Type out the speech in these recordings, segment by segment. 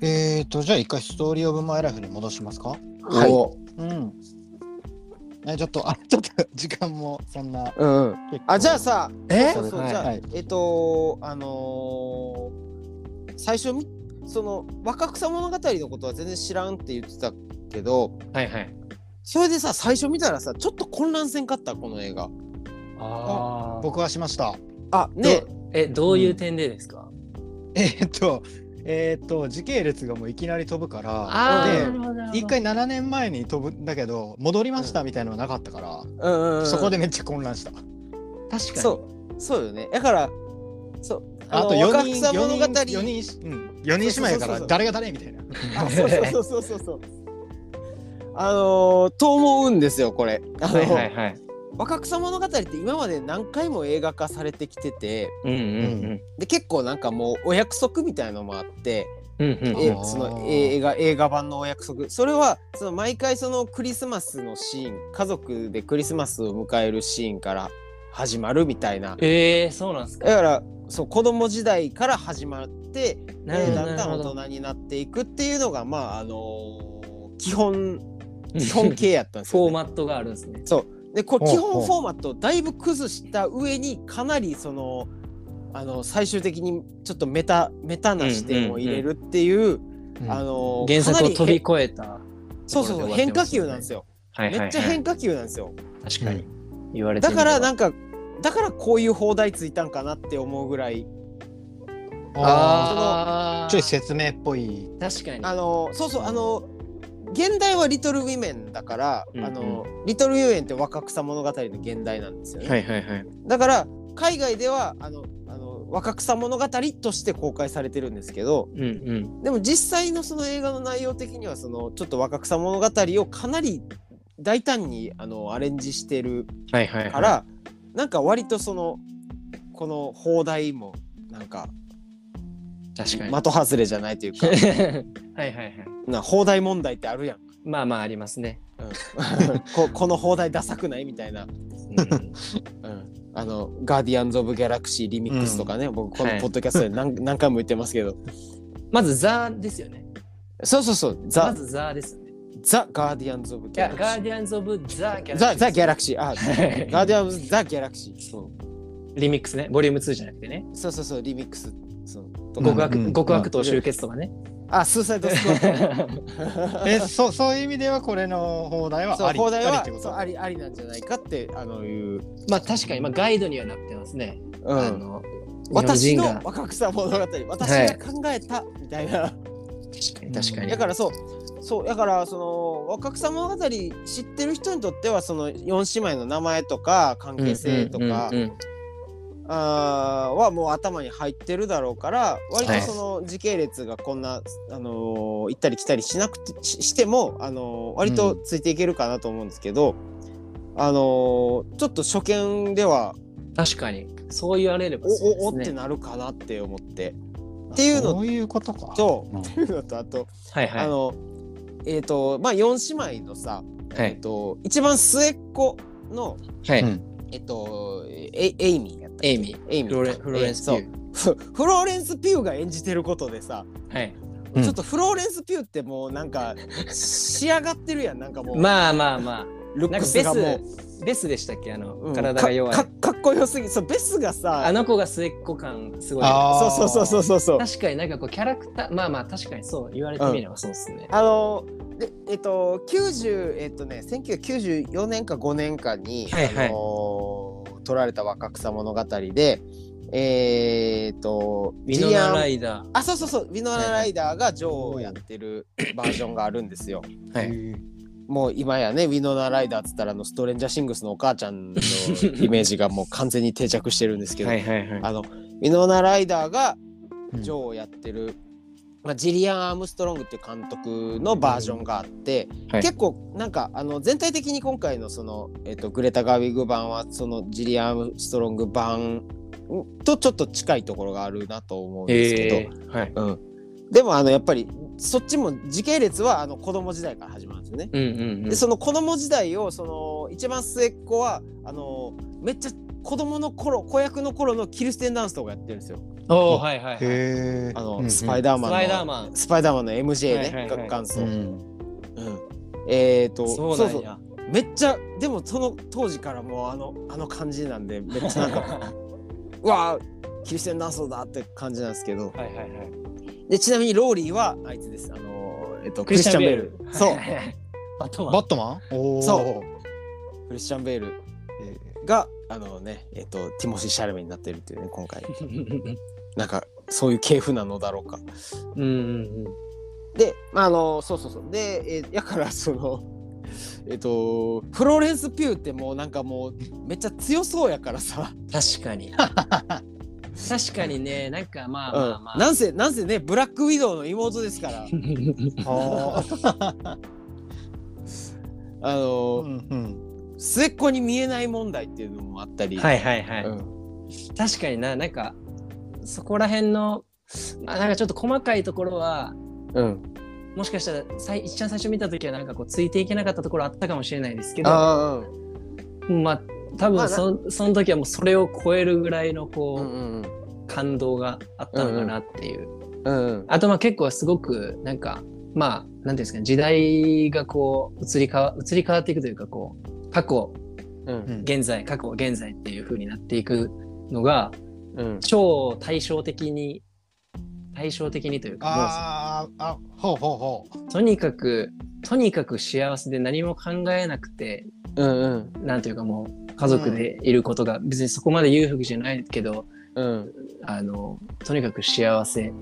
えーと、じゃあ一回ストーリーオブマイライフに戻しますか。はいおうん。え、ちょっと、あ、ちょっと 時間もそんな。うんうん結構あじゃあ、さえそうそうはいじゃあ、はいえっとあのー最初みその若草物語のことは全然知らんって言ってたけどはいはいそれでさ最初見たらさちょっと混乱せんかったこの映画ああ僕はしました。あねえどういう点でですか、えーっと、えーっと、時系列がもういきなり飛ぶから、ああでなるほどなるほど一回7年前に飛ぶんだけど、戻りましたみたいなのはなかったから、うんうんうんそこでめっちゃ混乱した。確かにそうそうよねだからそうあとの4若人、草物語4人、4人、うん、4人姉妹だかそうそうそうそらう誰が誰みたいな。あそうそうそうそうそうそうあのーと思うんですよこれあの、はいはいはい若草物語って今まで何回も映画化されてきててうんうんで結構なんかもうお約束みたいのもあって、うんうんうんえあーそのえ映画映画版のお約束それはその毎回そのクリスマスのシーン家族でクリスマスを迎えるシーンから始まるみたいなええー、そうなんですかだからそう子供時代から始まってなるほどでだんだんな大るほど人になっていくっていうのがまああのー基 本基本形やったんですフよ、ねォー。マットがあるんですねでこれほう基ほう本フォーマットをだいぶ崩した上にかなりそのあの最終的にちょっとメタメタな視点を入れるっていう,、あの原か作なをり飛び越えたそうそうそう変化球なんですよ、はいはい、はい、めっちゃ変化球なんですよ確かに言われてだみればからなんかだからこういう放題ついたんかなって思うぐらいああーーちょい説明っぽ い。確かにあのそうそうあの現代は「リトル・ウィメン」だから、うんうんあのリトル・ウィメンって若草物語の現代なんですよね、はいはいはいだから海外ではあのあの若草物語として公開されてるんですけどうんうんでも実際のその映画の内容的にはそのちょっと若草物語をかなり大胆にあのアレンジしてるはいはいはいから、なんか割とそのこの放題もなんか確か に的外れじゃないというか はいはいはいな放題問題ってあ るやん、まあまああります ね、うん、ここの放題ダサくないみたいな、うん、うん、あの「ガーディアンズ・オブ・ギャラクシー」リミックスとかね、僕このはいポッドキャストで何,、 何回も言ってますけどまずザーですよねそうそうそうまザ・ずザーですよねザ・ガーディアンズ・オブ・いギャやラクシガーーディアンズ・オブ・ザー・ギャラザ・ザ・ギャララクシーあガーディアンズ・ザ・ギャラクシーそうリミックスねボリューム2じゃなくてねそうそうそうリミックスそうとか極悪,、うんうん極悪と集結とかねあスーサイドスクワ ッえ、そう、そういう意味ではこれの放題トはそあうり放題ありっはてこそうとありありなんじゃないかってあのいう、まあ確かに、まあ、ガイドにはなってますね、うあん、の私日の本人が若草物語私が考えた、みたいな確かに確かに、だからそうそうだからその若草物語知ってる人にとってはその4姉妹の名前とか関係性とか、うんうんうんうんあーはもう頭に入ってるだろうから割とはいその時系列がこんな、あのー行ったり来たりしなくてししても、あのー割とついていけるかなと思うんですけど、あのーちょっと初見では確かにそう言われればおそうです、ね、おおってなるかなって思ってっていうのそういうことか。と、うんっていうのとあと、はいはあいのえっ、とまあ4姉妹のさ、はいえっと一番末っ子のはい、うんえっ、とエエイミーやったエイミーエイミフーかローレンフローレンス・ピそう ュフフローレンス・ピューが演じてることでさ、ーはいうんちょっとフローレンス・ピューってもうなんか仕上がってるやんなんかもう、まあまあまあルッなんクかスベがもスベスでしたっけあの、う、うん体が弱いかかかっこよすぎそうベスがあさの子が末っ子感すごいあーそうそうそうそうそう確かになんかこうキャラクターまあまあ確かにそう言われてみればそうですね、あのでえっと90えっとね1994年か5年かに、はいはいあのー撮られた若草物語でえー、っとウィノナライイダーあそうそうそうウィノはいはナいライダーが女王をやってるバージョンがあるんですよ。はへいーもう今やねウィノナライダーっつったらあのストレンジャーシングスのお母ちゃんのイメージがもう完全に定着してるんですけど、はいはいはいあのウィノナライダーがうん女王をやってる、まあ、ジリアン・アームストロングっていう監督のバージョンがあって、はい結構なんかあの全体的に今回のその、えっとグレタ・ガーウィグ版はそのジリアン・アームストロング版とちょっと近いところがあるなと思うんですけど、えー、はういん、でもあのやっぱりそっちも時系列はあの子供時代から始まるんですよね。うんうんうんでその子供時代をその一番末っ子はあのめっちゃ子供の頃子役の頃のキルステンダンスとかやってるんですよ。おおはいはい、はい。へえ。あの、うんうんスパイダースマンパイダーのマン。スパイダーマンの MJ ね、はいはいはいが元祖、ううんん。えー、とそうなんや。めっちゃでもその当時からもうあのあの感じなんでめっちゃなん かうわーキリシタンダンソーだって感じなんですけどはいはいはい。でちなみにローリーはあいつですあのーえっとククリリススチチャャン・ンベベーールル そうバットマン。バットマンおお。そクリスチャン・ベールえーがあのねえっとティモシー・シャルメになってるっていうね今回なんかそういう系譜なのだろうか うんうんうん。で、まあ、あのそうそうそうで、えーやからその えっとフローレンス・ピューってもうなんかもうめっちゃ強そうやからさ、確かに。確かにね、なんかまあまあまうん、あ。なんせなんせねブラック・ウィドウの妹ですから あーあうのんうん。末っ子に見えない問題っていうのもあったり、はいはいはい。うん確かにな、なんか、そこら辺の、まあなんかちょっと細かいところは、うん、もしかしたら最一番最初見た時はなんかこうついていけなかったところあったかもしれないですけどあまあ多まあ分なそ,、その時はもうそれを超えるぐらいのあこうう、んうん感動があったのかなっていう、うんうんあとまあ結構すごくなんかまあ何ていうんですかね時代がこう移り変わ移り変わっていくというかこう過去うん現在過去現在っていう風になっていくのがうん超対照的に対照的にというかもうあーあ、ほうほうほう。とにかくとにかく幸せで何も考えなくてうんうんなんというかもう家族でいることが、別にそこまで裕福じゃないけどうんあのとにかく幸せ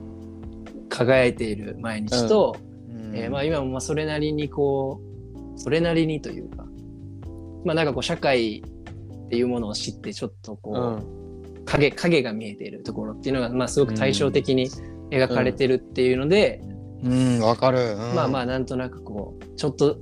輝いている毎日と、えーまあ、今もまあそれなりにこうそれなりにというかまあなんかこう社会っていうものを知ってちょっとこう、うん影影が見えているところっていうのが、まあ、すごく対照的に描かれてるっていうので、うん、わかる。うんまあまあなんとなくこうちょっと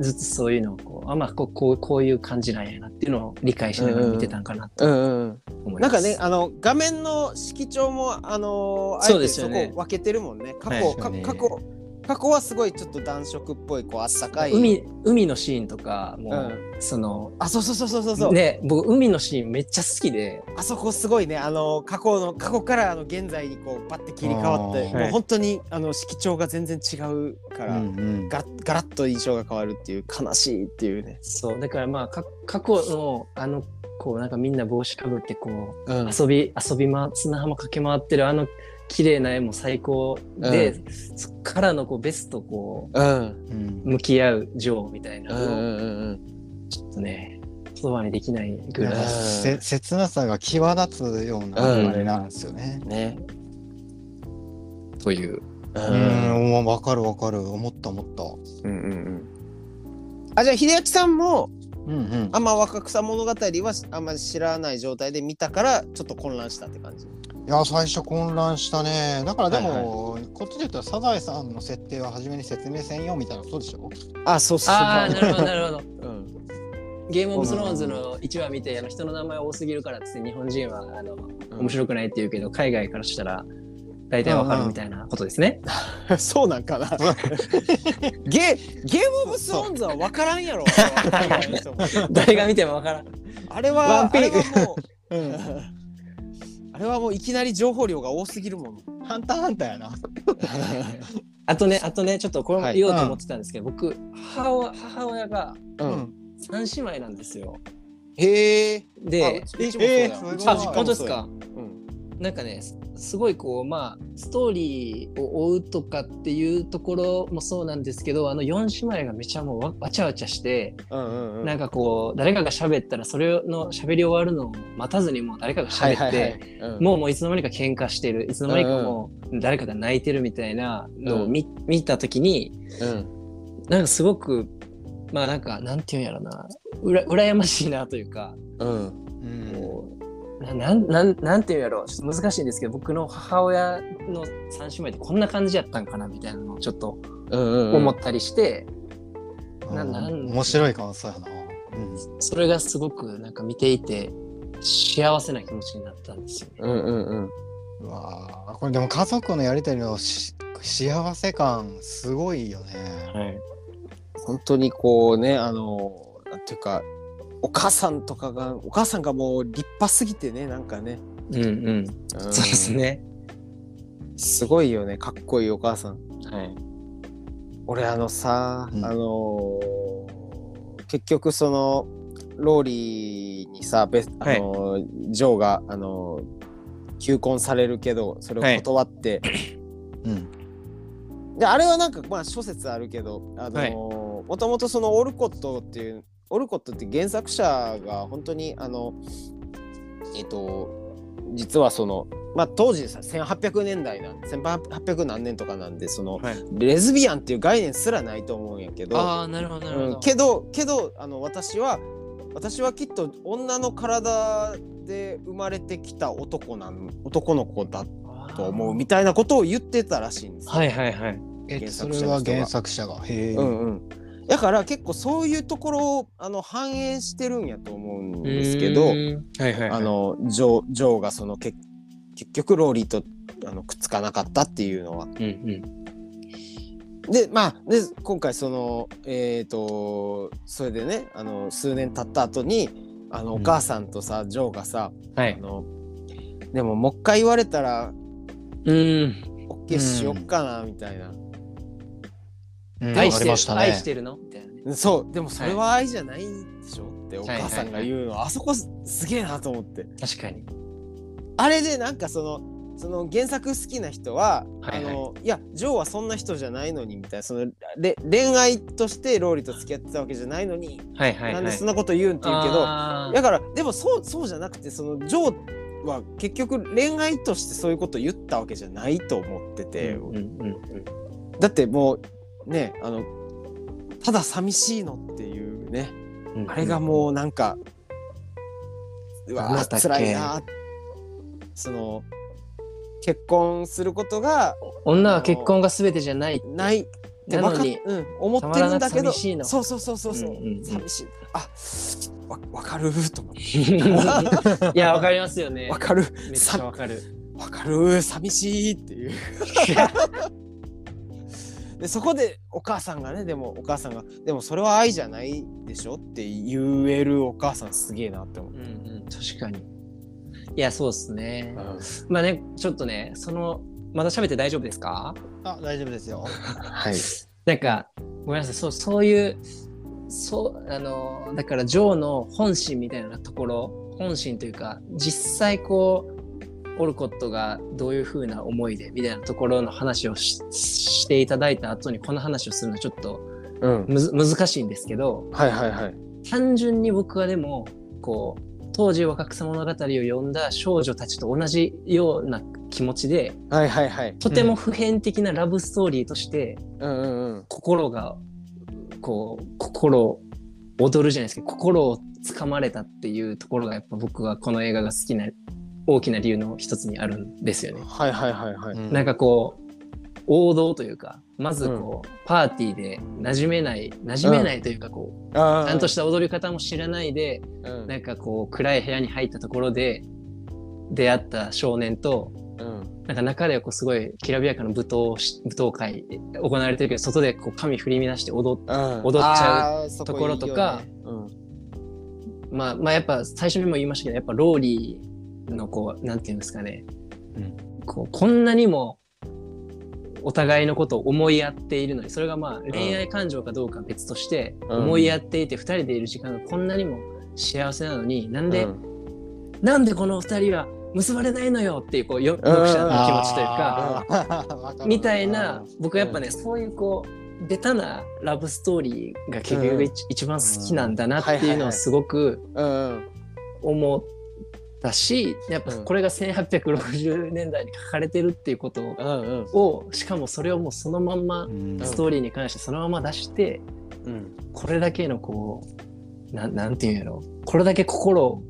ずつそういうのをこうあまあこうこうこういう感じなんやなっていうのを理解しながら見てたんかなとうんうん思いなまんかす。ね、あの画面の色調も、あのあえそうてですそよこねを分けてるもんね。過去、はいかそうね過去、過去はすごいちょっと暖色っぽい、こうあったかい。海海のシーンとかも、うんそのあ、そうそうそうそうそうそう、ね僕海のシーンめっちゃ好きであそこすごいね、あの過去の過去からあの現在にこうバッて切り替わって、あーもはうい本当にあの色調が全然違うから、うんうんガラガラッと印象が変わるっていう悲しいっていうね。そうだからまあか過去のあのこうなんかみんな帽子かぶってこううん遊び遊びま砂浜駆け回ってるあの綺麗な絵も最高で、そっからのこうベストこうんうんう向き合う女王みたいなうのを、んうんちょっとね言葉にできないぐいやら いうんせ切なさが際立つよううんなあれなんですよね。うん。ね。というううんん、うんわかるわかる。思った思った。うんうんうん。あじゃあ秀明さんもうんうんあ。んま若草物語はあんまり知らない状態で見たからちょっと混乱したって感じ。いや最初混乱したねだからでも、こっちで言ったらサザエさんの設定は初めに説明せんよみたいなことでしょあ、そうそう。ああなるほどなるほどうん。ゲームオブスローンズの1話見てあの人の名前多すぎるからっつって日本人はあの面白くないって言うけど海外からしたら大体わかるみたいなことですね。い。 そうなんかな。ゲゲームオブスローンズは分からんやろ。海外の人も 誰が見てもわからん。あれワはンあピれーはもううんあれはもういきなり情報量が多すぎるもん。 ハンターハンターやな あとねあとねちょっとこれもはい言おうと思ってたんですけど、僕母親母親がう。うん3姉妹なんですよ。へえ。であうちもそうだえよーうちごいのあ実家も本当ですそうやかうんなんかねすすごいこうまあストーリーを追うとかっていうところもそうなんですけどあの4姉妹がめちゃもうわわちゃわちゃして、うんうんうん。なんかかこう誰かが喋ったらそれの喋り終わるのを待たずにもう誰かが喋って。ももうもういつの間にか喧嘩してるいつの間にかもう誰かが泣いてるみたいなのを見,、見た時にうん。なんかすごくまあなんかなんていうんやろなうら羨ましいなというかうん。うんこうななんなんなんていうんやろちょっと難しいんですけど僕の母親の三姉妹ってこんな感じやったんかなみたいなのをちょっとうんうんうん。思ったりして、うんななん面白い感想やな、うん、それがすごくなんか見ていて幸せな気持ちになったんですよね。うんうんうん。うわーこれでも家族のやりとりのし幸せ感すごいよねはい、本当にこうねあのなんていうかお母さんとかがお母さんがもう立派すぎてねなんかねうんうん。そうですね。すごいよねかっこいいお母さんはい。俺あのさ、うんあのー結局そのローリーにさベあはいのー、ジョーがあのー求婚されるけどそれを断って、うんであれはなんかまあ諸説あるけどあのーもともとそのオルコットっていうオルコットって原作者が本当にあのえっと実はそのまあ当時さ1800年代なん1800何年とかなんでそのはい、レズビアンっていう概念すらないと思うんやけどああ、なるほど、なるほうどん。けどけどあの私は私はきっと女の体で生まれてきた男なん男の子だと思うみたいなことを言ってたらしいんですよはいはいはい。え原そ作れ者のは人が原作者がへえ、うんうん、だから結構そういうところをあの反映してるんやと思うんですけどうーんはいはい、はい。あ、のジョージョーがその結結局ローリーとあのくっつかなかったっていうのは。うんうん。でまあで今回そのえっ、とそれでねあの数年経った後にあのうおん母さんとさ、ジョーがさはあい。のでももう一回言われたらうーん。 OK しよっかなみたいな、うん愛あしりてるましたね愛してるのみたいなね。そうでもそれは愛じゃないでしょってお母さんが言うの、あそこすすげえなと思って。確かに。あれでなんかそのその原作好きな人は、はいはいあのいやジョーはそんな人じゃないのにみたいなそのれ恋愛としてローリーと付き合ってたわけじゃないのに、はいはいはい。なんでそんなこと言うんって言うけどあーだからでもそうそうじゃなくてそのジョーは結局恋愛としてそういうこと言ったわけじゃないと思ってて、うんうんうんだってもうねあのただ寂しいのっていうねうんうんあれがもうなんか、うわどうだったーっけ辛いなーその結婚することが女は結婚が全てじゃない。ないってなわかのっに、うん、思ってるんだけたまらなどく寂しいのそうそうそうそうそう、うんうんうん寂しいあわわかるーと思って いや、わかりますよねわ。かるめっちゃわかる。わかるー寂しいっていうでそこでお母さんがねでもお母さんがでもそれは愛じゃないでしょって言えるお母さんすげえなって思ううんうん、確かに。いや、そうですね。うんまあね、ちょっとね、その、まだ喋って大丈夫ですかあ大丈夫ですよはいなんか、ごめんなさい、そうそういう、そう、あの、だから、ジョーの本心みたいなところ、本心というか、実際こう、オルコットがどういうふうな思いでみたいなところの話をししていただいた後にこの話をするのはちょっとうんむず難しいんですけど、はいはいはい単純に僕はでもこう当時若草物語を読んだ少女たちと同じような気持ちではいはいはいとても普遍的なラブストーリーとしてうんうんうん心がこう心を踊るじゃないですけど心をつかまれたっていうところがやっぱ僕はこの映画が好きな大きな理由の一つにあるんですよね。はいはいはいはいうんなんかこう王道というかまずこう、パーティーで馴染めない馴染めないというかこう、あちゃんとした踊り方も知らないでたうんなんかこう暗い部屋に入ったところで出会った少年とうんなんか中ではこうすごいきらびやかな舞踏し舞踏会行われてるけど外でこう髪振り乱して踊っうん踊っちゃあーそところとかいいよねまあまあやっぱ最初にも言いましたけどやっぱローリーのこうなんていうんですかね、うんこうこんなにもお互いのことを思い合っているのにそれがまあ恋愛感情かどうかは別としてうん思い合っていて2人でいる時間がこんなにも幸せなのになうんんで、うんなんでこの二人は結ばれないのよっていうこうよ読者の気持ちというかか みたいな僕やっぱね、そういうこうベタなラブストーリーが結うん局一,、一番好きなんだなってはいいはういのはいをすごくうんうん思ったしやっぱこれが1860年代に書かれてるっていうことうんうんをしかもそれをもうそのまんまうんストーリーに関してそのまま出してうんこれだけのこうなんなんていうんやろこれだけ心を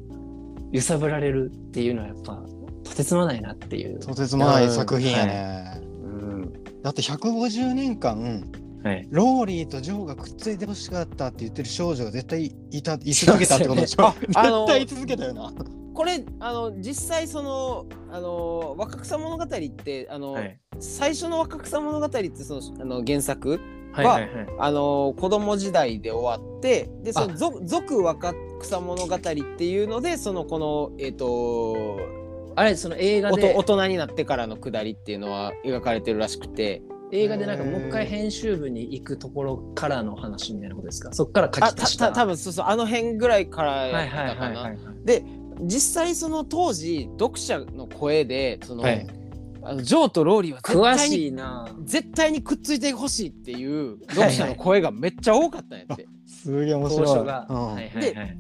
揺さぶられるっていうのはやっぱとてつもないなっていう。とてつもない作品やね、うんだって150年間はい、ローリーとジョーがくっついてほしかったって言ってる少女が絶対い たい続けたってことでしょ 絶あの対い続けたよなこれあの実際そのあの若草物語ってあの、はい最初の若草物語ってそのあの原作はいはいはいあの子供時代で終わってでそのあ続続若草物語っていうのでそのこのえっ、とあれその映画おとで大人になってからの下りっていうのは描かれてるらしくて映画でなんかもう一回編集部に行くところからの話みたいなことですかそっから書きあ足たしたた多分そうそうあの辺ぐらいからはいはいやったはかいはない実際その当時読者の声でその、はいあのジョーとローリーは絶詳対にしいなぁ絶対にくっついてほしいっていう読者の声がめっちゃ多かったんやって。すげえ面当白い。初が、うんはいはいはい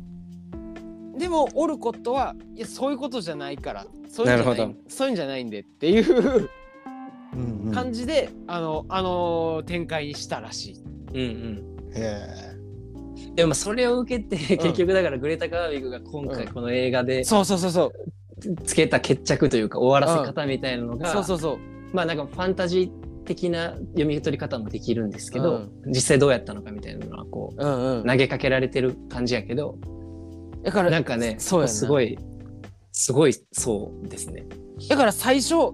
でもオルコットはいやそういうことじゃないからそういうんじゃななるいそういうんじゃないんでっていううんうん感じで、あのあの展開にしたらしい。うんうんへでもそれを受けて結局だからグレタ・カーウィグが今回うこの映画でそうそうそうそうつけた決着というか終わらせ方みたいなのが、そうそうそう。まあなんかファンタジー的な読み取り方もできるんですけど、う実際どうやったのかみたいなのはこうんうう投げかけられてる感じやけどだからなんかねそうやなすごいすごいそうですね。だから最初の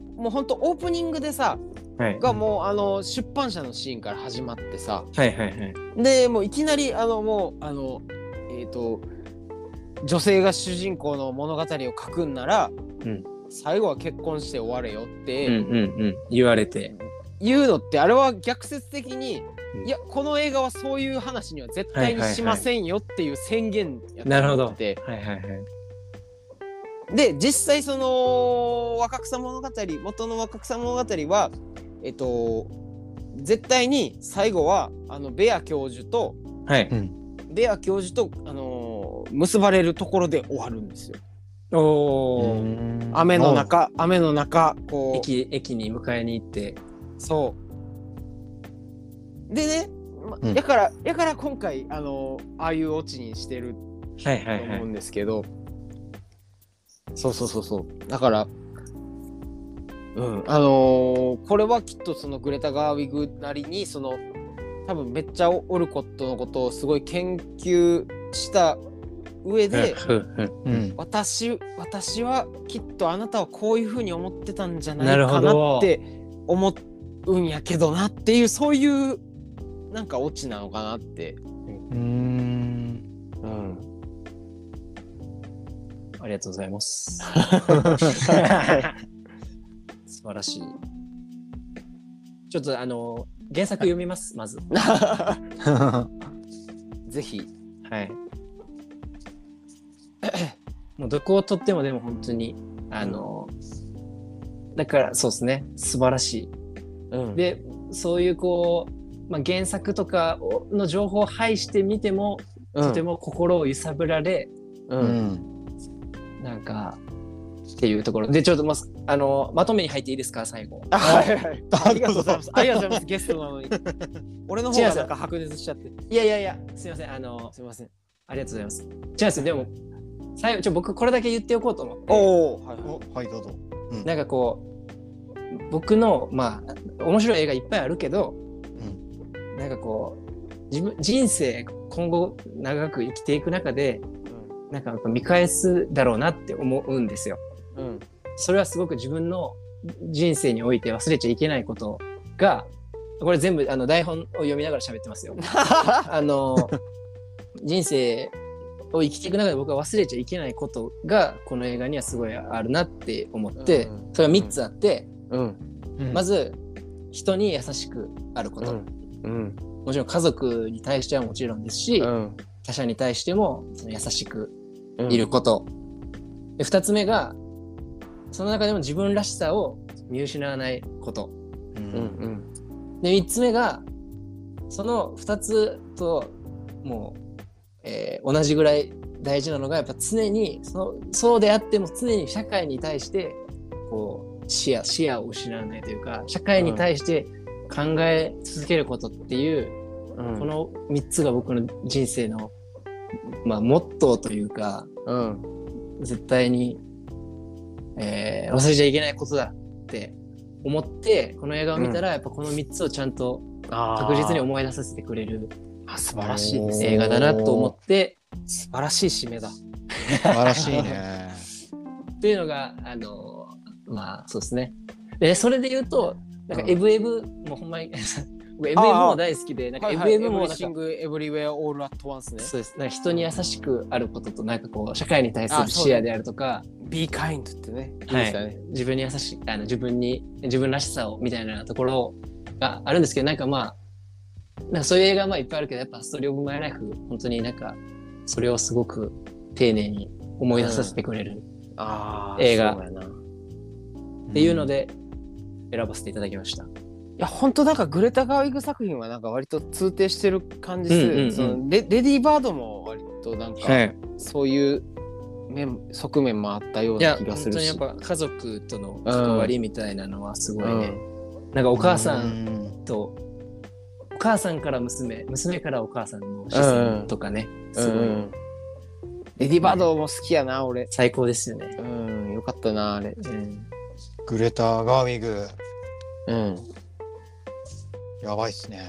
もうほんとオープニングでさはいがもうあの出版社のシーンから始まってさはいはいはい。でもういきなりあのもうあのえっ、と女性が主人公の物語を書くんなら、うん最後は結婚して終われよって、うんうんうん言われて。言うのってあれは逆説的に、うんいやこの映画はそういう話には絶対にしませんよっていう宣言やなるほとど思っててはいはいはい。で実際その若草物語元の若草物語はえっと絶対に最後はあのベア教授とはい。ベア教授と、あのー結ばれるところで終わるんですよ。おえお、雨の。中雨の中こう駅駅に迎えに行って。そう。でね、まうんやからやから今回あのああいうオチにしてるはいはと思うんですけど、そうそうそうそうだからうんあのーこれはきっとそのグレタ・ガーウィグなりにその多分めっちゃオルコットのことをすごい研究した上で、うんうん私私はきっとあなたはこういうふうに思ってたんじゃないなるかほなどって思うんやけどなっていうそういうなんかオチなのかなって、うーん。うん、ありがとうございます。素晴らしい。ちょっとあの原作読みます、まず。ぜひはい。 もうどこをとってもでも本当にあの、だからそうですね素晴らしい。ででそういうこう、まあ、原作とかをの情報を排してみても、ととても、も心を揺さぶられううんん。なんかっていうところでちょっとまずあのまとめに入っていいですか最後。 あはいはいありがとうございますどうぞありがとうございますゲストな のに俺の方がなんか白熱しちゃっていやいやいやすいませんあのすいませんありがとうございます。違うんですよ。でも、最後、ちょ、僕、これだけ言っておこうと思って、おおはいはいお、はい、どうぞ。なんかこう、僕の、まあ、面白い映画いっぱいあるけど、なんかこう、自分、人生、今後、長く生きていく中で、なんかやっぱ見返すだろうなって思うんですよ。うんうんそれはすごく自分の人生において忘れちゃいけないことが、これ全部、あの、台本を読みながら喋っ てますよ。あの人生を生きていく中で僕は忘れちゃいけないことがこの映画にはすごいあるなって思って、うんそれが3つあって、うんうんま、ず人に優しくあること、うんもちろん家族に対してはもちろんですし、ん他者に対してもその優しくうんいること、で2つ目がその中でも自分らしさを見失わないことううんん。で3つ目がその2つともう、えー同じぐらい大事なのがやっぱ常にそのそうであっても常に社会に対してこう視野視野を失わないというか社会に対して考え続けることっていう、うんこの3つが僕の人生の、まあ、モットーというかうん絶対に、えー忘れちゃいけないことだって思ってこの映画を見たら、やっぱこの3つをちゃんと確実に思い出させてくれるあ素晴らしいですね映画だなと思って素晴らしい締めだ素晴らしいね。っていうのがあのまあそうですねでそれで言うとなんかエブエブ、もうほんまに 僕 MM も大好きで、なんかはいはい、 MM もなんか Everything Everywhere All at Once ね。そうです。なんか人に優しくあることと、なんかこう、社会に対すあるそう視野であるとか、 Be kind ってね。言はましたいね。、自分に優しいあの自分に自分らしさをみたいなところがあるんですけどなんかまあなんかそういう映画まあいっぱいあるけどやっぱ「ストーリー・オブ・マイ・ライフ」本当になんかそれをすごく丁寧に思い出させてくれるああ、映画そうやな。い っていうので選ばせていただきました。や、本当なんかグレタ・ガーウィグ作品はなんか割と通底してる感じする。うんうんうんそのレレディー・バードも割となんか、い、そういう面側面もあったようなや気本がす当るにし。やっぱ家族との関わりみたいなのはすごいね、うなんかおお母さんとお母さんから娘娘からお母さんの視線とかね、ん、すごいうんレディー・バードも好きやな、俺。最高ですよね。うん、よかったな、あれ。うんグレタ・ガーウィグ うん。やばいっすね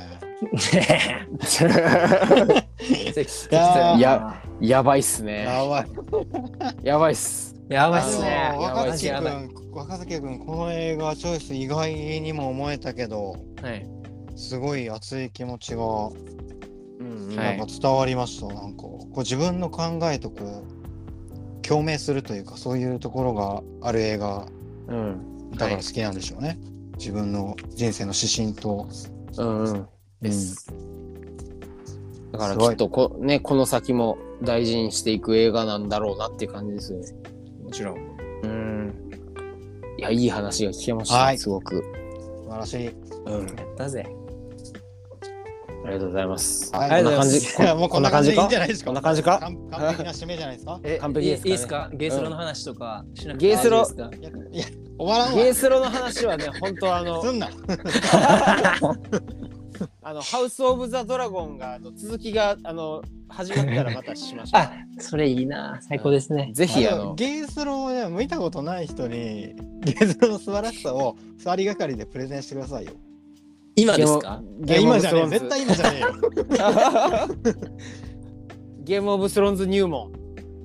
やややばいっすやね。ばいやばいっす。やばいあっすのね。やばい若っす月やばい。君若月君この映画チョイス意外にも思えたけどはい。すごい熱い気持ちがうんはいなんか伝わりました、なんかこう自分の考えとこう共鳴するというかそういうところがある映画うんだから好きなんでしょうね、自分の人生の指針と、うんうん。です。だからきっとこねこの先も大事にしていく映画なんだろうなっていう感じですよね。もちろん。うん。いやいい話が聞けました、はいすごく。素晴らしいうん。やったぜ。ありがとうございます。はいありがとうございますこんな感 じ。もうこんな感じでいいんじゃないですかこんな感じか完完璧な締めじゃないですかえ完璧ですかねいいっすかゲースロの話とかしなくてゲースロ大丈夫ですいやいや終わらんゲわースロの話はね、本当あ のす、んなあのハウスオブザドラゴンがあの続きがあの始まったらまたしましょか。あ、それいいな。最高ですねう。。ぜひああのの、ゲースロをね見たことない人に ゲースロの素晴らしさを2人がかりでプレゼンしてくださいよ今ですかいやゲーム今オブじゃスねえローンズ絶対今じゃねえよ ゲームオブスローンズ入門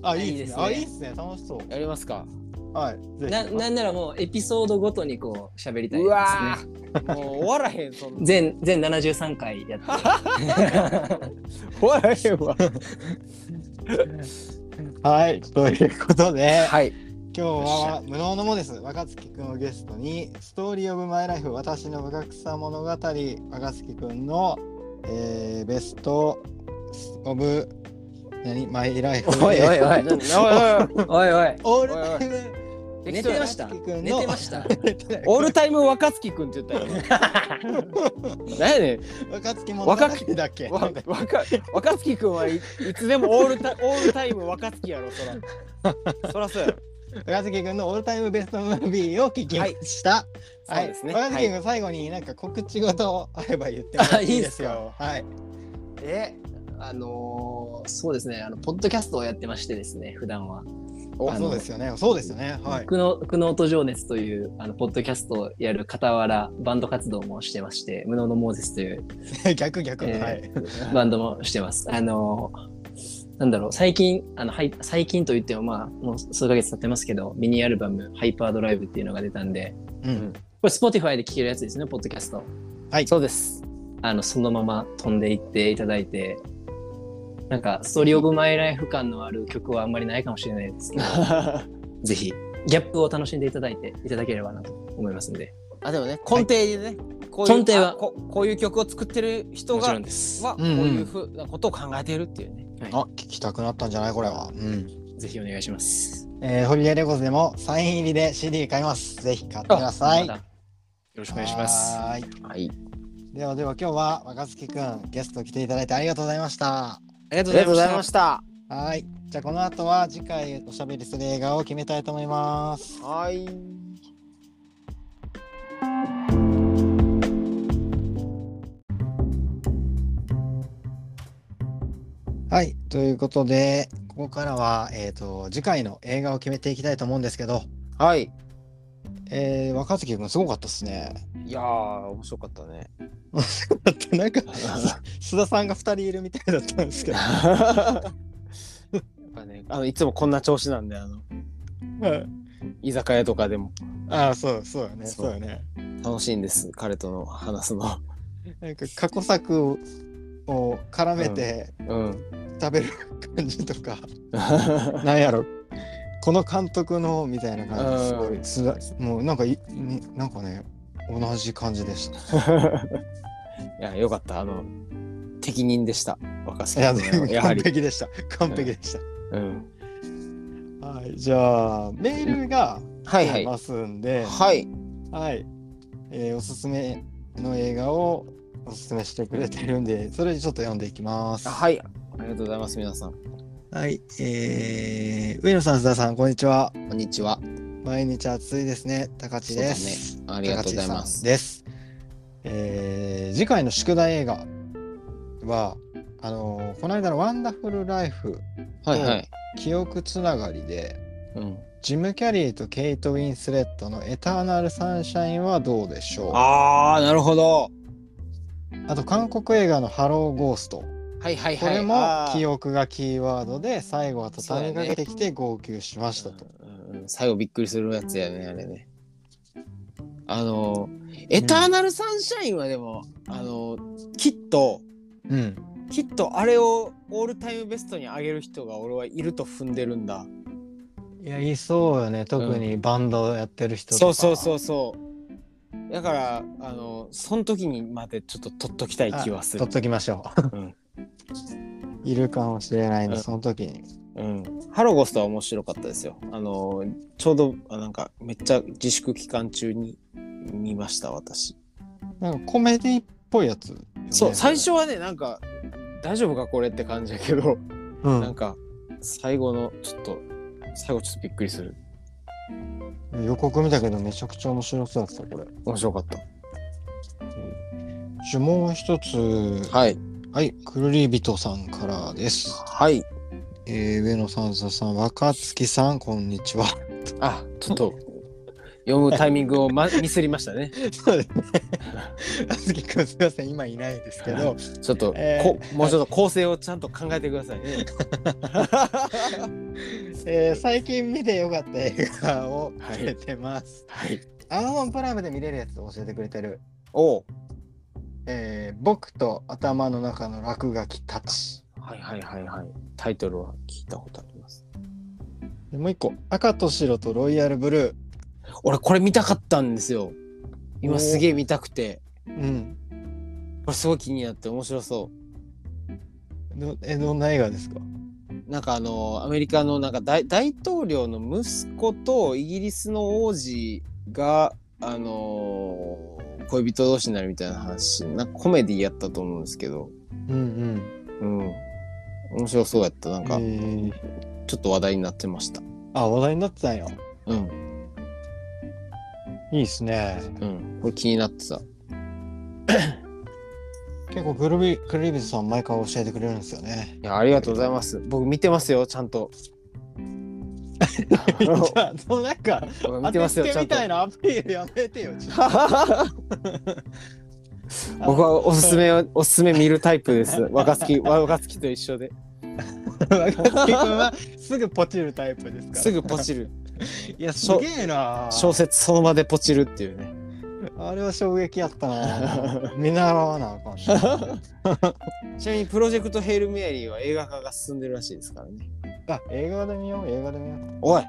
あいいですね ああいいいいでですね楽しそうやりますかはいぜひななんならもうエピソードごとにこう喋りたいでうわすね。ーもう終わらへんそんな 全全73回やって。終わらへんわはいということではい今日は無能のもです若月くんをゲストに「ストーリー・オブ・マイ・ライフ私の無学さ物語」若月くんの、えーベスト・オブ・何マイ・ライフおいおいおない。なおいおい。オールタイムおい寝てましたできたよ寝てました。オールタイム若月くんって言ったよなんやねん若月物語だっけわなんだっ若若月くんはい、いつでもオールタオールタイム若月やろそらそらそうやろけ若月くんのオールタイムベストムービーを聞きました、そうですね、若は月くい、ん最後になんか告知事あれば言ってもらっていいですよはいえ あのーそうですねあのポッドキャストをやってましてですね普段はあそうですよねそうですよねはい苦悩苦悩と情熱というあのポッドキャストをやる傍らバンド活動もしてまして無能のモーゼスという 逆逆、えーはい バンドもしてますあのーなんだろう最近あのはい最近といってもまあもう数ヶ月経ってますけどミニアルバム「ハイパードライブ」っていうのが出たんでうん、これ Spotify で聴けるやつですねポッドキャストそうですあのそのまま飛んでいっていただいてなんかストーリー・オブ・マイ・ライフ感のある曲はあんまりないかもしれないですけ どぜひギャップを楽しんでいただいていただければなと思いますのであでもね根底でね、こういう根底はあここういう曲を作ってる人もちがろんですはこううんうんいうふうなことを考えているっていうね。あ聞きたくなったんじゃないこれは、うんぜひお願いしますえー、ホリデーレコーズでもサイン入りで CD 買いますぜひ買ってくださいまたよろしくお願いしますはーいはい。ではでは今日は若月くんゲスト来ていただいてありがとうございましたありがありがとうございました。はいじゃあこの後は次回おしゃべりする映画を決めたいと思いますはい。はい、ということで、ここからは、えっ、と、次回の映画を決めていきたいと思うんですけど、はい。えー、若月くんすごかったですね。 いやー、面白かったね。 だってなん か、須田さんが2人いるみたいだったんですけど。やっぱね、あのいつもこんな調子なんで、あの居酒屋とかでもああ、そう、そうよね、そそううよね。楽しいんです、彼との話すの。なんか過去作をを絡めてうん。 食べる感じとか、なんやろこの監督のみたいな感じすごいつらもうなんかいになんかね同じ感じでした。いや、よかった。あの、適任でした。若いや杉君はやは完り。璧でした完璧でした。うん。はいじゃあメールがはいは来てい。ますんで、はい。はい、えーおすすめの映画をおすすめしてくれてるんで、それちょっと読んでいきます。はい。ありがとうございます、皆さん。はい、えー、上野さん、須田さん、こんにちは。こんにちは。毎日暑いですね、高知です。そうだね。ありがとうございま高知さんす。です。えー、次回の宿題映画は、あのーこの間のワンダフルライフ、はいはい。記憶つながりで、うん。ジム・キャリーとケイト・ウィンスレットのエターナル・サンシャインはどうでしょうあああ、なるほど。と、韓国映画のハロー・ゴースト。はいはいはこい。れもあー記憶がキーワードで最後は畳みかけそうてきて号泣しましたと。うん最後びっくりするやつやねあれねあのエターナルサンシャインはでも、あのきっとうん。きっとあれをオールタイムベストに上げる人が俺はいると踏んでるんだいや、いそうよね。特にバンドやってる人とか、そうそうそうそうだからあのその時にまでちょっと取っときたい気はする取っときましょう。うん いるかもしれないんで、うんその時に。うん、ハロゴストは面白かったですよあのちょうどあなんかめっちゃ自粛期間中に見ました私なんかコメディっぽいやつよね、そう最れ初はねなんか大丈夫かこれって感じやけど、うなんか最後のちょっと最後ちょっとびっくりするん、予告見たけどめちゃくちゃ面白そうだったこれ。面白かったじゃあもう一つ、はいはい、くるりびとさんからです。はいえー、上野さん、佐々さん、若月さん、こんにちは。あちょっと読むタイミングを、ま、ミスりましたねそうですね。あずきくんすみません今いないですけど、ちょっと、えーこもうちょっと構成をちゃんと考えてくださいねえー最近見てよかった映画をはいくれてます。はいアマゾンプライムで見れるやつを教えてくれてる。おうえー僕と頭の中の落書きたち。はいはいはいはいタイトルは聞いたことありますでもう一個赤と白とロイヤルブル俺これ見たかったんですよお今ーすげえ見たくてー。うん。これすごい気になって面白そうどえどんな映画ですか。なんかあのアメリカのなんか大大統領の息子とイギリスの王子があのー恋人同士になるみたいな話なんかコメディやったと思うんですけど、うんうん、面白そうやったなうんん。かえーちょっと話題になってました。あ話題になってたんよ。うんいいですね。うん、これ気になってた。結構クルビクルリビズさん毎回教えてくれるんですよね。 いやありがとうございます。僕見てますよちゃん と。じゃあそのなんか僕当見ててますつよけちゃんみとた。いなアピールやめて よ。ちょっと 僕はおすすめをおすすめ見るタイプです。若月若月と一緒で若槻君はすぐポチるタイプですからすぐポチるいやすしょげえな小説その場でポチるっていうね。 あれは衝撃やったな 見習わなあかんな ちなみにプロジェクトヘイルメアリーは映画化が進んでるらしいですからね。あ映画で見よう映画で見ようおい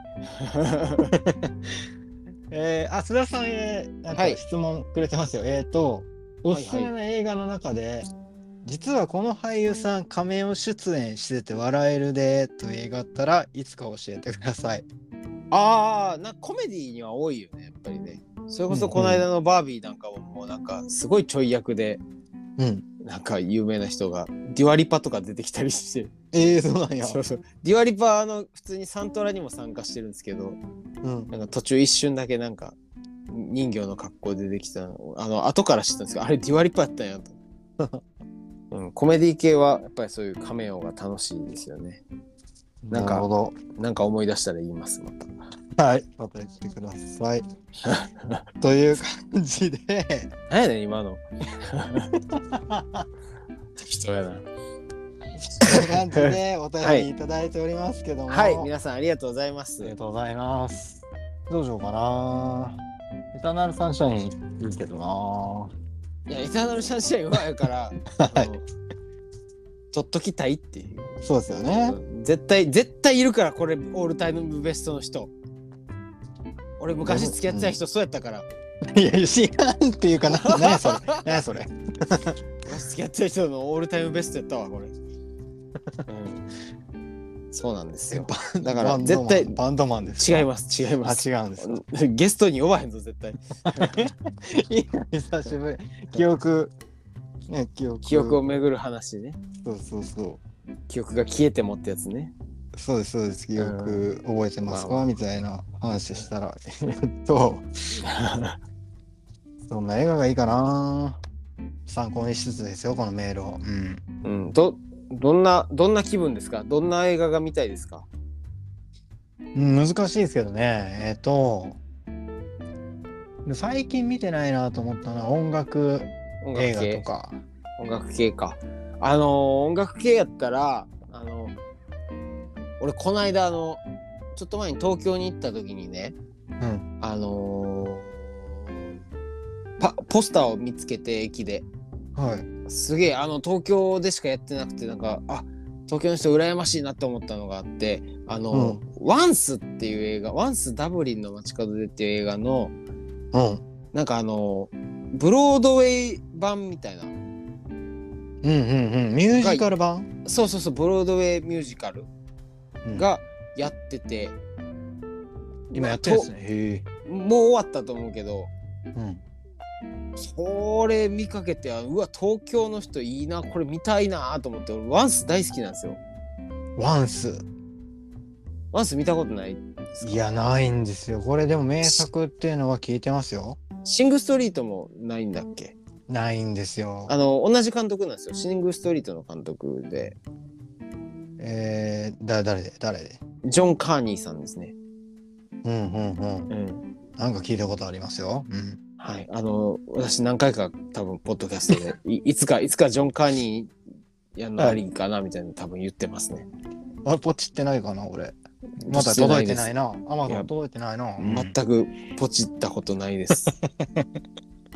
えー、あ須田さんへなんはかい質問くれてますよ、えっ、とおすすめの映画の中で、実はこの俳優さん仮面を出演してて笑えるでという映画あったらいつか教えてください ああ、なんかコメディには多いよね、やっぱりね。それこそこの間のバービーなんかももうなんかすごいちょい役で、うんなんか有名な人がデュアリパとか出てきたりして。えー、そうなんやそうそう。デュアリパはあの普通にサントラにも参加してるんですけど、うんなんか途中一瞬だけなんか人魚の格好で出てきたのあの後から知ったんですけどあれデュアリパやったんやと、 うん、コメディ系はやっぱりそういうカメオが楽しいですよねなんなかるほどなんか思い出したら言いますまたはい、また言ってくださ い。という感じで、何やねん今の 適当やなという感じでお便りいただいておりますけども、はいあ皆さんありがとうございますりがとうございます。どうしようかな。エターナルサンシャインいいけどな。いや、エターナルシャンシャイン はやから、はあいの取っときたいっていう。そうですよね。絶対、絶対いるから、これ、オールタイムベストの人。俺、昔付き合ってた人、そうやったから。 いや、知らんっていうかな、何やそれ。 何やそれ。昔付き合ってた人のオールタイムベストやったわ、これ。うんそうなんですよ。だかバらンドマン絶対バンドマンです。違います、違います。あ、違うんです。 ゲストに呼ばへんぞ、絶対。久しぶり。記憶。ね、記憶。記憶を。めぐる話ね。そうそうそ記憶が消えてもってやつね。う。そうです、そうです。記憶覚えてますまあかみたいな話した ら。えっと、どんな映画がいいかな参考にしつつですよ、このメールを。うん。うん、どどんなどんな気分ですかどんな映画が見たいですかうん難しいですけどねえっ、と最近見てないなと思ったのは音楽音楽映画と系か音楽系かあのー音楽系やったらあの俺この間あのちょっと前に東京に行った時にねうんあのーパポスターを見つけて駅ではいすげえあの東京でしかやってなくてなんかあ東京の人羨ましいなって思ったのがあってあの「ワンスっていう映画「ワンスダブリンの街角で」っていう映画のうんなんかあのブロードウェイ版みたいなうんうんうんミュージカル版そうそうそうブロードウェイミュージカルうんがやってて、今やってるんですねへともう終わったと思うけどえうんそれ見かけてあうわ東京の人いいなこれ見たいなと思って俺ワンス大好きなんですよワンスワンス見たことないですかいやないんですよこれでも名作っていうのは聞いてますよシングストリートもないんだっけないんですよあの同じ監督なんですよシングストリートの監督でえー、だ誰で誰でジョン・カーニーさんですねうんうんうんうんなんか聞いたことありますようんはい、あの私何回か多分ポッドキャスト でいいつかいつかジョン・カーニーやんのありかなみたいな多分言ってますね。あれポチってないかな俺まだ届いてないいなアマいゾやン届いてないなです。全くポチったことな いです。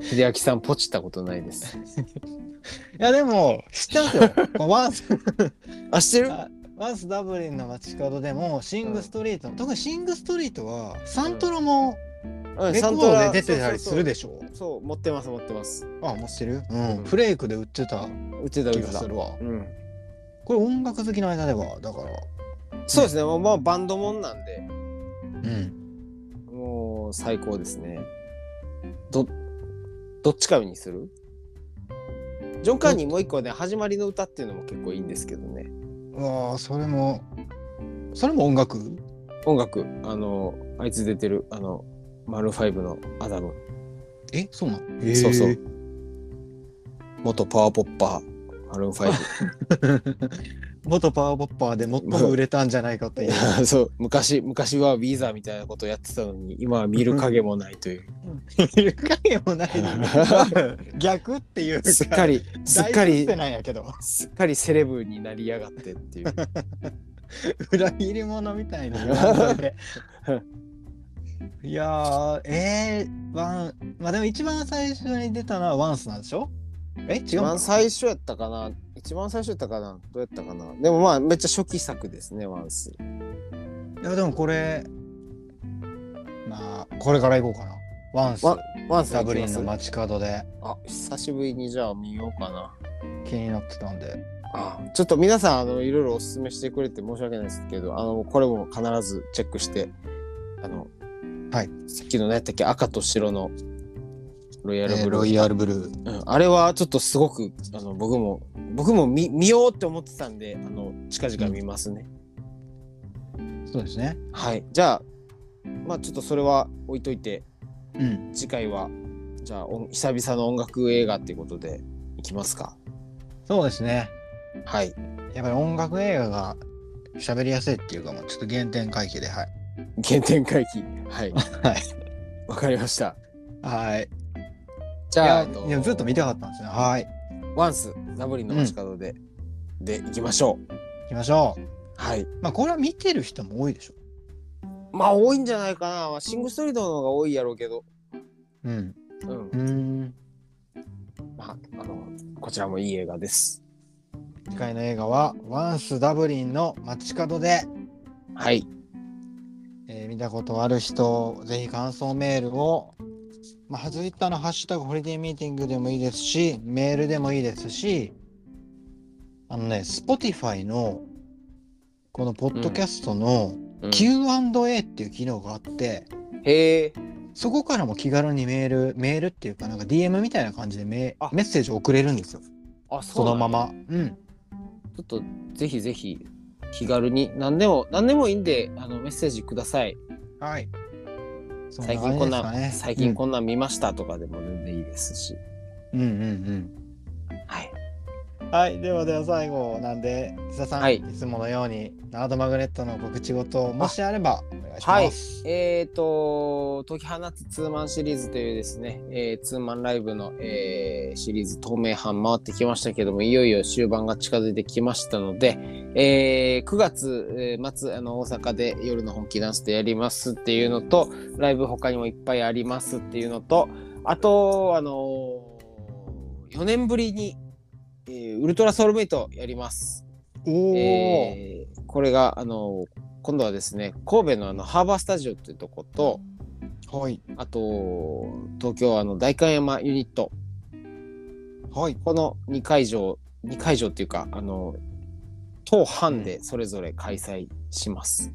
秀明さんポチったことないです。いやでも知ってますよ。このワンスあしてる？あワンスダブリンの街角でもシングストリート、特にシングストリートはサントラもうんレコードで出てたりするで。でしょ。そうそう持ってます持ってます。あ持ってる、ううんん、フレークで売ってた打てた打気てがたす。るわ。うん。これ音楽好きの間ではだから、そうですね。まあまあバンドもんなんでうん、もう最高ですね。どどっちかにする？ジョン・カーニーもう一個ね始まりの歌っていうのも結構いいんですけどね。うわあそれもそれも音楽音楽あのあいつ出てるあのマルーンファイブのアダムえそう なの、そうそう元パワーポッパーマルーンファイ元パワーポッパーで最も売れたんじゃないかってブいうそう昔昔はウィーザーみたいなことをやってたのに今は見る影もないという 言う影もないのに 逆っていうかすっかりすっか大り出世なんやけどすっかりセレブになりやがってっていう 裏切り者みたいな言わんといていやーえー、ワンまあでも一番最初に出たのはワンスなんでしょえ違一うの番最初やったかな一番最初やったかなどうやったかなでもまあめっちゃ初期作ですねワンスいやでもこれまあこれから行こうかなワンスワンスダブリンの行きます街角であ久しぶりにじゃあ見ようかな気になってたんであちょっと皆さんあのいろいろおすすめしてくれて申し訳ないですけどあのこれも必ずチェックしてあの、はい、さっきの何やったっけ赤と白のロイヤルえーブルー、ロイヤルブルーうんあれはちょっとすごくあの僕も僕も見見ようって思ってたんであの近々見ますね、そうですねはいじゃあまあちょっとそれは置いといてうん次回はじゃあお久々の音楽映画っていうことでいきますかそうですねはいやっぱり音楽映画が喋りやすいっていうかもうちょっと原点回帰ではい原点回帰はいはいわかりましたはいじいゃあやあのいやずっと見たかったんですねはいワンスダブリンの街角で、で行きましょう。行きましょうはい。まあこれは見てる人も多いでしょ。まあ多いんじゃないかな。まあシングストリートの方が多いやろうけど。うん。うん。うん。まはあのこちらもいい映画です。次回の映画は「ワンスダブリンの街角で」はい。えー見たことある人ぜひ感想メールを、まあ、ツイッターの「ハッシュタグホリデーミーティング」でもいいですしメールでもいいですしあのね Spotify のこのポッドキャストのうん Q&A っていう機能があって、へえ。そこからも気軽にメールメールっていうかなんか DM みたいな感じでメあメッセージを送れるんですよあ、そのまま。うんちょっとぜひぜひ気軽に何でも何でもいいんであのメッセージください。はい。最近こんなそ感じですかね最近こんなん見ましたとかでも全然いいですし。うんうんうんはい。うん。はい、ではでは最後なんで、津田さん、はいい、つものようにナードマグネットの告知事をもしあればお願いします。えっ、と「解き放つツーマンシリーズ」というですね、えーツーマンライブの、えーシリーズ透明版回ってきましたけどもいよいよ終盤が近づいてきましたので、えー9月えー末あの大阪で夜の本気ダンスでやりますっていうのとライブ他にもいっぱいありますっていうのとあとあのー、4年ぶりに、えーウルトラソウルメイトやります。おお、えーこれがあの今度はですね神戸のあのハーバースタジオっていうとことはいあと東京はあの代官山ユニットはいこの2会場2会場っていうかあの当班でそれぞれ開催します、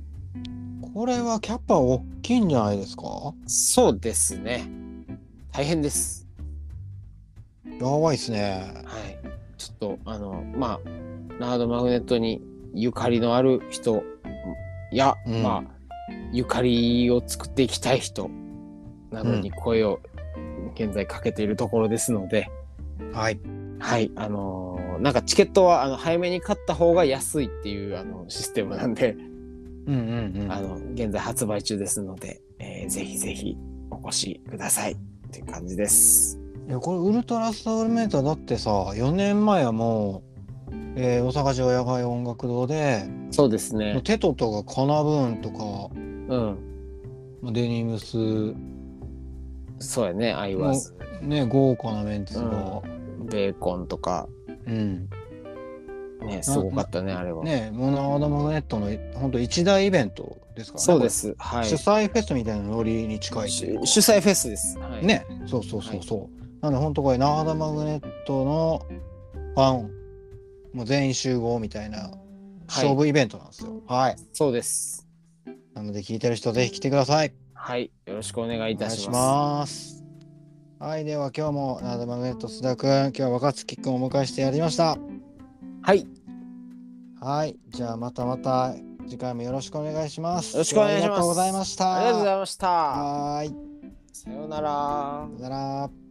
これはキャパ大きいんじゃないですか。そうですね大変ですやばいですね。はいちょっとあのまあナードマグネットにゆかりのある人や、うんまあゆかりを作っていきたい人などに声を現在かけているところですので、はい。はいあのーなんかチケットはあの早めに買った方が安いっていうあのシステムなんで、うんうんうん。あの現在発売中ですので、えーぜひぜひお越しくださいっていう感じです。いやこれウルトラソウルメーターだってさ、4年前はもう、えー大阪城野外音楽堂で、そうですね。テトとかカナブーンとか、うん。デニムスそうやね。アイワーズ、ね豪華なメンツが、ベーコンとか、うんね、すごかったね、あれは。ねモノアドマグネットの本当一大イベントですからねそうで、す。こはい。れ主主催フェスみたいなノリに近いというか主催フェスです。はい、。ねそうそうそうそう、なんで本当これナーダマグネットのファンもう全員集合みたいな勝負イベントなんですよはい、そうです。なので聞いてる人ぜひ来てくださいはい。よろしくお願いいたしまます。すはいでは今日もナーダマグネット須田くん今日は若槻くんをお迎えしてやりましたはい。よはい、じゃあまたまた次回もよろしくお願いします。よろしくお願いあしますりがとうございました。ありがとうございました。はーい、さようならさ。よなら。